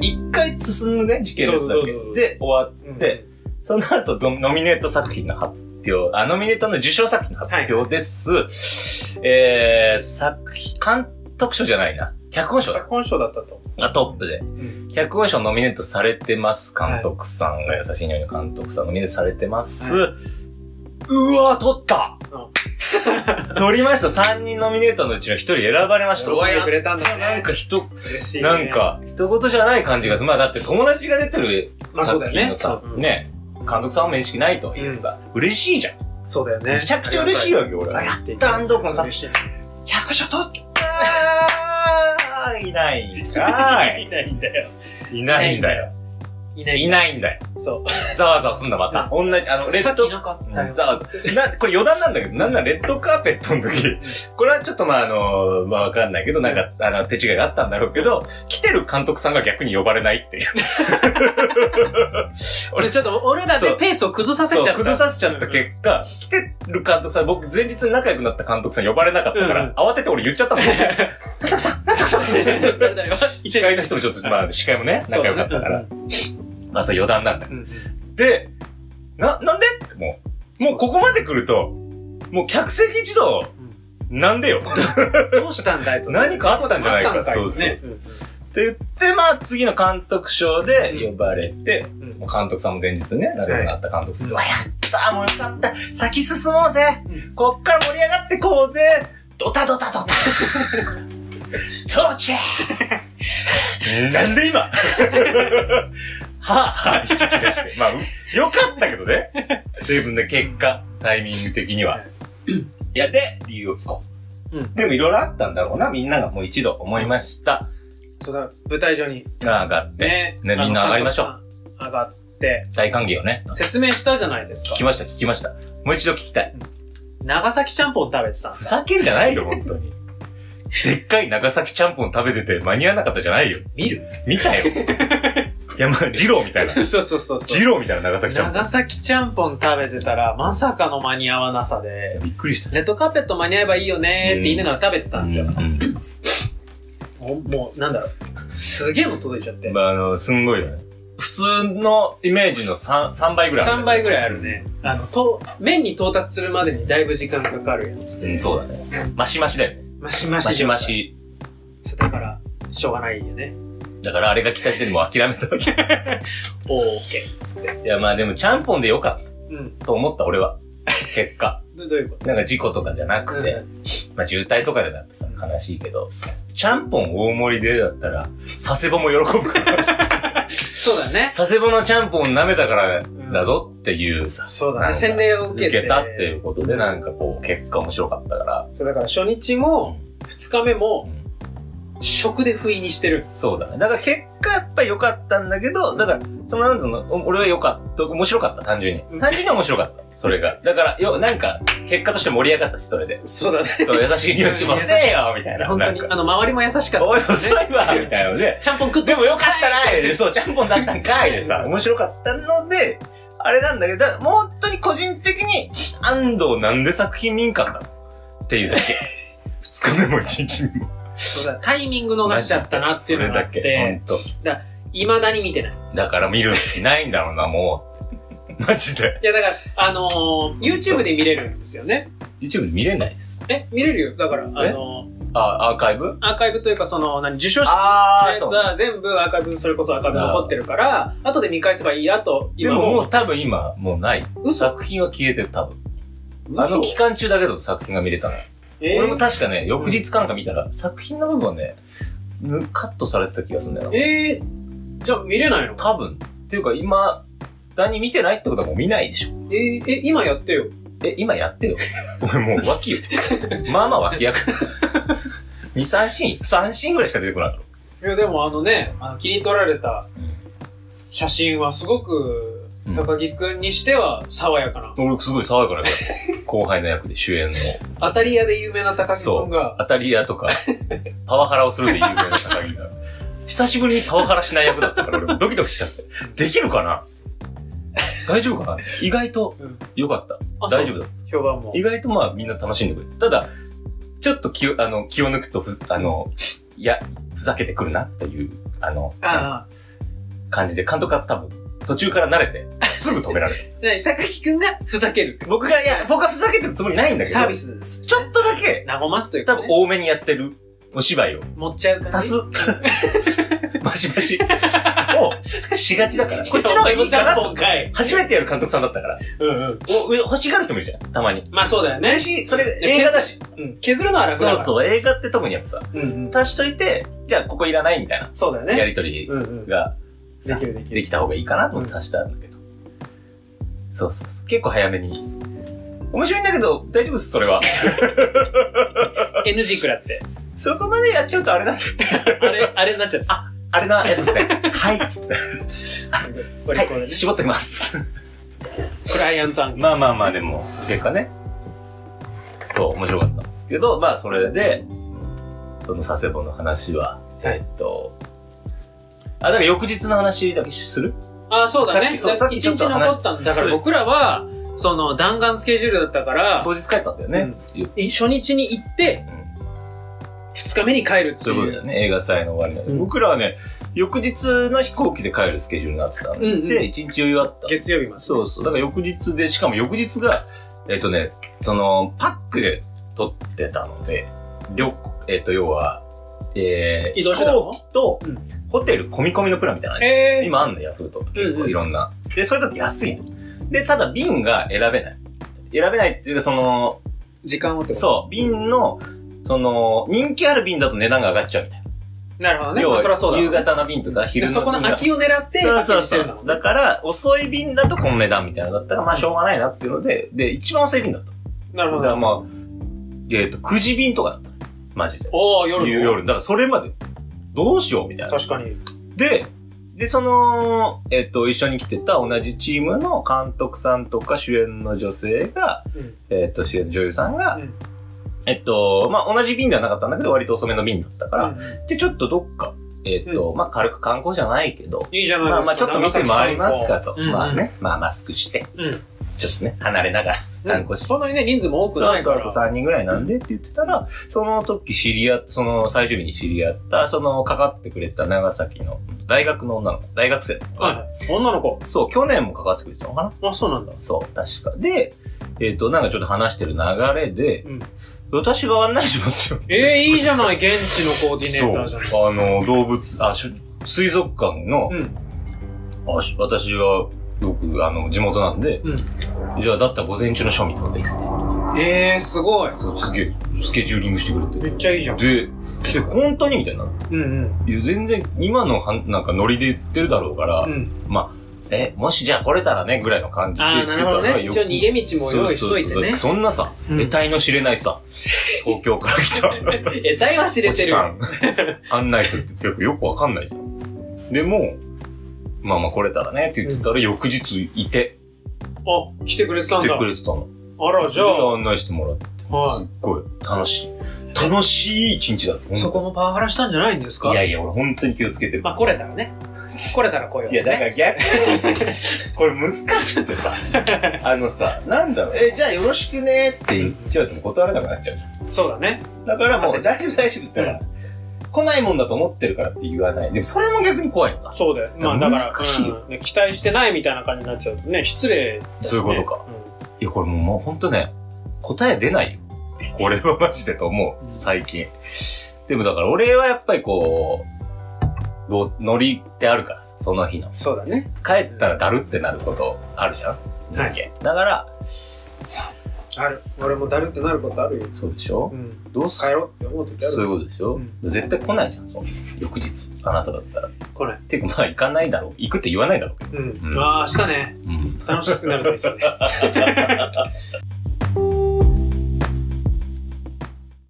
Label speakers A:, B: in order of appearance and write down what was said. A: 一回進むね、時系列だ
B: そうそうそうそう
A: け。で、終わ
B: うん
A: で、っ、その後、ノノミネート作品の発表、あ、ノミネートの受賞作品の発表です。えー、作品、監督賞じゃないな。脚本賞だ
B: 脚本賞だったと。
A: がトップで。
B: うん
A: 脚本賞ノミネートされてます。監督さんが優しい匂いの監督さんノミネートされてます。
B: は
A: うわー、取った
B: う
A: 取りました。3人ノミネートのうちの1人選ばれました。うわ、や
B: 喜んで
A: っ
B: くれたんだ
A: た。
B: ね。
A: なんか人、
B: 嬉しいね。
A: なんか、一言じゃない感じがする。まあだって友達が出てる
B: まあそう
A: 作品の
B: だよね
A: さ、
B: そううん
A: ね、監督さんは面識ないとはいえさ、嬉しいじゃん。
B: そうだよね。
A: めちゃくちゃ嬉しいわけ俺
B: や
A: やった安藤君さ
B: 嬉しい。
A: 100社取ったーいないんかい。
B: い ないんだよ。
A: いないんだよ。
B: いないい。
A: ないんだよ。
B: そ
A: ざわざわすんだ、また。同じ、あの、
B: う。
A: レ
B: さ
A: ッ
B: っき
A: ド
B: い、なかった
A: うん
B: よ。
A: ざわざわ。な、これ余談なんだけど、なんならレッドカーペットの時、 これはちょっとまああの、まあわかんないけど、なんか、あの、手違いがあったんだろうけど、来てる監督さんが逆に呼ばれないっていう。俺
B: 俺ちょっと俺ら
A: そ
B: で
A: う
B: ペースを崩させちゃった。
A: そう、崩させちゃった結果、来てる監督さん、僕前日に仲良くなった監督さん呼ばれなかったから、
B: うんうん
A: 慌てて俺言っちゃ ったもん。監督さん、監督さんって
B: 誰だよ。
A: 司会の人もちょっと、まあ、司会もね、仲良かったから。
B: そうだね。
A: まあ、そう余談なんだけど
B: うんうん
A: で、な、なんでってもう、もうここまで来ると、もう客席一同、なんでよっ
B: どうしたんだいと。
A: 何かあったんじゃないか
B: あったん
A: そうそう
B: ね
A: そ
B: ん
A: て言って、まあ次の監督賞で
B: うん
A: 呼ばれて、
B: うん
A: もう監督さんも前日ね、仲良くなった監督さんで、
B: は
A: わ、やったーもうよかった先進もうぜ
B: うん
A: こっから盛り上がってこうぜドタドタドタ到着 なんで今 はあ、はあ、引き返して。まあ、うよかったけどね。随分で結果、タイミング的には。いや、で、理由を聞こう。
B: うん
A: でもいろいろあったんだろうな。みんながもう一度思いました。
B: そうだ、舞台上に。
A: が上がって。ね
B: ね。
A: みんな上がりましょう
B: う。上がって、
A: 大歓迎よね。
B: 説明したじゃないですか
A: 聞き。ました、聞きました。もう一度聞きたい。
B: 長崎ちゃんぽん食べてたんだ
A: ふざけんじゃないよ、本当に。でっかい長崎ちゃんぽん食べてて間に合わなかったじゃないよ。
B: 見る
A: 見た よ。いや、まあ、二郎みたいな。
B: そうそうそうそう。
A: 二郎みたいな長崎ちゃんぽん。
B: 長崎ちゃんぽん食べてたら、まさかの間に合わなさで、
A: びっくりした。
B: レッドカーペット間に合えばいいよねーって言いながら食べてたんですよ。
A: うん
B: もう、もうなんだろう。すげえの届いちゃって。
A: まあ、あの、すんごいよね。普通のイメージの 3, 3倍ぐらいある。
B: 3倍ぐらいあるね。あの、と、麺に到達するまでにだいぶ時間かかるやつで。
A: うん、そうだね。マシマシだよね。
B: マシマシ。
A: マシマ。シ。
B: そうだから、しょうがないよね。
A: だからあれが来た時点でもう諦めたわ け。
B: オーケー。つって。
A: いや、まあでも、ちゃんぽんでよかっ
B: うん。
A: たと思った、俺は。結果。
B: どどういうこと
A: なんか事故とかじゃなくて、まあ渋滞とかでなってさ、悲しいけど、ちゃんぽん大盛りでだったら、佐世保も喜ぶから。
B: そうだね。
A: 佐世保のちゃんぽん舐めたから
B: ん
A: だぞっていうさ、
B: そうだ
A: なん
B: ね。
A: か
B: 洗礼を
A: 受
B: 受けて。
A: けたっていうことで、なんかこう、結果面白かったから。
B: そうだから初日も、二日目も、食で不意にしてる。
A: そうだね。だから結果やっぱり良かったんだけど、だから、そのなんつうの、お俺は良かった。面白かった、単純に
B: う。ん
A: 単純に面白かった。それが。だから、よ、なんか、結果として盛り上がったし、それで。
B: そうだね。
A: そう、優しい気持ちもせえよみたいな。
B: 本当に
A: な、んか
B: あの、周りも優しかった。
A: おい、遅いわみたいなので。
B: ちゃんぽん食って
A: でもよかったなでそう、ちゃんぽんだったんかいでさ、面白かったので、あれなんだけど、だもう本当に個人的に、安藤なんで作品見んかったのっていうだけ。二日目も一日目も。
B: そうだ、タイミング逃しちゃったなって
A: そ
B: いう
A: れ
B: のがあ
A: だ
B: っ
A: け。
B: て、
A: ほんと。
B: 未だに見てない。
A: だから見る気ないんだろうな、もう。マジで。
B: いや、だから、あのー、YouTube で見れるんですよね。
A: YouTube 見れないです。
B: え、見れるよ。だから、あのー、
A: あ、アーカイブ
B: アーカイブというか、その、何、受賞した
A: あ
B: やつは全部アーカイブ、それこそアーカイブ残ってるから、後で見返せばいいやと、
A: で
B: 今
A: もも
B: も
A: う多分今、もうない。作品は消えてる、多分。
B: う、
A: あの期間中だけど作品が見れたの。
B: えー
A: 俺も確かね、翌日かなんか見たら、作品の部分はね、ぬカットされてた気がするんだよな。
B: えー、じゃあ見れないの
A: 多分。っていうか今、何見てないってことはもう見ないでしょ。
B: えー、え、今やってよ。
A: え、今や ってよ。俺もう脇よ。まあまあ脇役。2、3シーン ?3 シーンぐらいしか出てこないだろ。
B: いや、でもあのね、あの切り取られた写真はすごく、
A: うん
B: 高木くんにしては爽やかな。
A: 俺すごい爽やかな役後輩の役で主演の。
B: 当たり屋で有名な高木くんが、
A: 当たり屋とか、パワハラをするで有名な高木が。久しぶりにパワハラしない役だったから、俺もドキドキしちゃって。できるかな大丈夫かな意外と
B: うん
A: 良かった。
B: あ
A: 大丈
B: そう
A: 夫だ。
B: 評判も
A: 意。外とまあみんな楽しんでくれた。ただ、ちょっと気を、あの、気を抜くとふ、あの、いや、ふざけてくるなっていう、あの、
B: ああ、
A: 感じで、監督は多分、途中から慣れて、すぐ止められる。
B: で高木くんがふざける。
A: 僕が、いや、僕はふざけてるつもりないんだけど、
B: サービスです。
A: ちょっとだけ、
B: 和ますという
A: 多
B: か、
A: 分
B: ね。
A: 多めにやってるお芝居を
B: 持っちゃう感じ。
A: 足 す。マシマシ。を、しがちだから。こっちの方がいいかな
B: お前もジャンボンかい
A: 初めてやる監督さんだったから。
B: うんうん。
A: お、欲しがる人もいるじゃん。たまに。
B: まあそうだよね。
A: し、それ映画だし。
B: うん。削るのは楽だか
A: そ
B: ら。
A: うそう、映画って特にやっぱさ、
B: う。うんうん。
A: 足しといて、じゃあここいらないみたいな、
B: そうだよ
A: や
B: ね。
A: りとり
B: うんうん。で
A: がさ
B: きるでき
A: で
B: る。
A: きた方がいいかなと思って足したんだけど。そうそうそう。結構早めに。面白いんだけど、大丈夫っす、それは。
B: NG くらって。
A: そこまでやっちゃうとあれなんだ。
B: あれ、あれになっちゃった。
A: あれなやつです ね。はい、つって。
B: これこれ
A: は
B: ね
A: い、。絞っときます。
B: クライアントアング ル。
A: まあまあまあ、でも、結果ね。そう、面白かったんですけど、まあ、それで、その佐世保の話は、
B: はい
A: えっと、あ、だから翌日の話だけする
B: あ、そうだね。
A: さっきそうさっき
B: 一
A: ちょっ
B: 日
A: と話
B: 残ったんだ。だから僕らは、その弾丸スケジュールだったから、
A: 当日帰ったんだよね。ゆ
B: い初日に行って、二日目に帰るって
A: そういうこと
B: い
A: だよ
B: う。
A: ね。映画祭の終わりなんで
B: うん
A: 僕らはね、翌日の飛行機で帰るスケジュールになってたんで、
B: うんうん
A: 一日余裕あった。
B: 月曜日まで。
A: そうそう。だから翌日で、しかも翌日が、えっ、とね、その、パックで撮ってたので、旅、えっ、と、要は、えー、
B: 移動手
A: 飛
B: 段
A: 行
B: を
A: 機と
B: うん
A: ホテル込み込みのプランみたいなのね、
B: えー、
A: 今あんの、ヤフーとか結
B: うんう
A: 構
B: ん
A: いろんな。で、それだと安いの。で、ただ便が選べない。選べないっていうか、その、
B: 時間をってこと
A: そう、便の、その、人気ある便だと値段が上がっちゃうみたい
B: なるほど
A: な。
B: ね。
A: 要
B: まあそりゃそう
A: は、
B: だ
A: 夕
B: わ。
A: 方の便とか昼
B: で
A: の
B: そこの
A: 便が
B: 空きを狙って、
A: そうそう
B: し
A: そ
B: てるんだも
A: う。
B: んね
A: だから、遅い便だとこの値段みたいなのだったら、まあしょうがないなっていうので、で、一番遅い便だった。
B: なるほ
A: だから
B: ど。
A: まあ、えっと、9時便とかだった。マジで。
B: おー、夜の。
A: 夜。だからそれまで、どうしようみたいな。
B: 確かに。
A: で、で、その、えっ、と、一緒に来てた同じチームの監督さんとか主演の女性が、
B: うん
A: えっ、と、主演の女優さんが、
B: うん
A: えっと、まあ、同じ便ではなかったんだけど、割と遅めの便だったから、
B: うん
A: で、ちょっとどっか、えっ、と、まあ、軽く観光じゃないけど、
B: いいじゃない
A: まあまあ
B: です
A: ちょ
B: か
A: っと見て回りますかと。
B: うんうん
A: まあね、まあマスクして、
B: うん。
A: ちょっとね、離れながら。
B: うんそんなにね、人数も多く
A: そう
B: ないか
A: そう
B: ら。
A: そう、3人ぐらいなんでって言ってたら、その時知り合った、その最終日に知り合った、そのかかってくれた長崎の大学の女の子、大学生。
B: はい。女の子。
A: そう、去年もかかってくれてたのかな
B: あ、そうなんだ。
A: そう、確か。で、えっ、と、なんかちょっと話してる流れで、
B: うん
A: 私が案内しますよって言っ
B: えー、
A: て。
B: いいじゃ
A: い
B: ない、現地のコーディ
A: そ
B: ネー
A: う、
B: タ
A: あ
B: ーじゃない。
A: の、動物、あ、し水族館の、
B: うん。
A: あし私はよく、あの、地元なんで、
B: うん
A: じゃあ、だったら午前中の庶民とかがいいっすね。
B: えー、すごい。
A: そう、すげえ、スケジューリングしてくれ
B: め
A: て。
B: っちゃいいじゃん。
A: で、で、本当にみたいになって。
B: うんうん。
A: いや、全然、今のは、なんかノリで言ってるだろうから、
B: うん。
A: え、もしじゃあ来れたらね、ぐらいの感じで
B: あ
A: 言
B: あ、
A: って
B: な
A: た
B: る
A: ら
B: ほどね。
A: よ
B: 一応逃げ道も用意しといてね。
A: そうそうそうそんなさ、
B: うん
A: 得体の知れない さ、東京から来た
B: え、大は知れ
A: お
B: て
A: じ
B: るよ。
A: さん、 案内するってよくよくわかんないじゃん。でも、まあまあ来れたらねって言ってたら、翌日いて、
B: あ、来てくれてた
A: 来
B: ん
A: て
B: だ
A: く。れてたの。
B: あら、じゃ
A: で
B: あ、
A: 案内してもらって。
B: はい
A: すっごい楽しい。楽しい一日だった。
B: そこもパワハラしたんじゃないんですか
A: いやいや、俺本当に気をつけてる。
B: まあ、来れた らね。来れたら来よう、ね。
A: いや、だから逆 に、これ難しくて さ、あのさ、なんだろう、え、じゃあよろしくねって言っちゃうと断れなくなっちゃうじゃ
B: そうだね。
A: ん。だからも
B: 焦
A: う、
B: っ
A: 大丈夫大丈夫って言ったら、来ないもんだと思ってるからって言わない。でもそれも逆に怖いのか。
B: そうだよ。まあ、だから、
A: 難しい
B: うん期待してないみたいな感じになっちゃうとね、失礼だしね、
A: そういうことか
B: ん。
A: いや、これもうもう本当ね、答え出 ないよ。これはマジでと思う
B: う、ん
A: 最近。でもだから俺はやっぱりこう、ごノリってあるからさ、その日の。
B: そうだね。
A: 帰ったらだるってなることあるじゃん人間、
B: は
A: だから、
B: ある。俺もだるってなることあるよ。
A: そうでしょ
B: うん。
A: どうす
B: 帰ろうって思う時あ
A: そうい
B: る。
A: うことでしょ、
B: うん
A: 絶対来ないじゃん、そう。翌日、 あなただったら。
B: 来ない。
A: てか、まあ、行かないだろう。行くって言わないだろうけど。
B: う。
A: うんん
B: ああ、明日ね。
A: うん。
B: 楽しくなるといいっすね。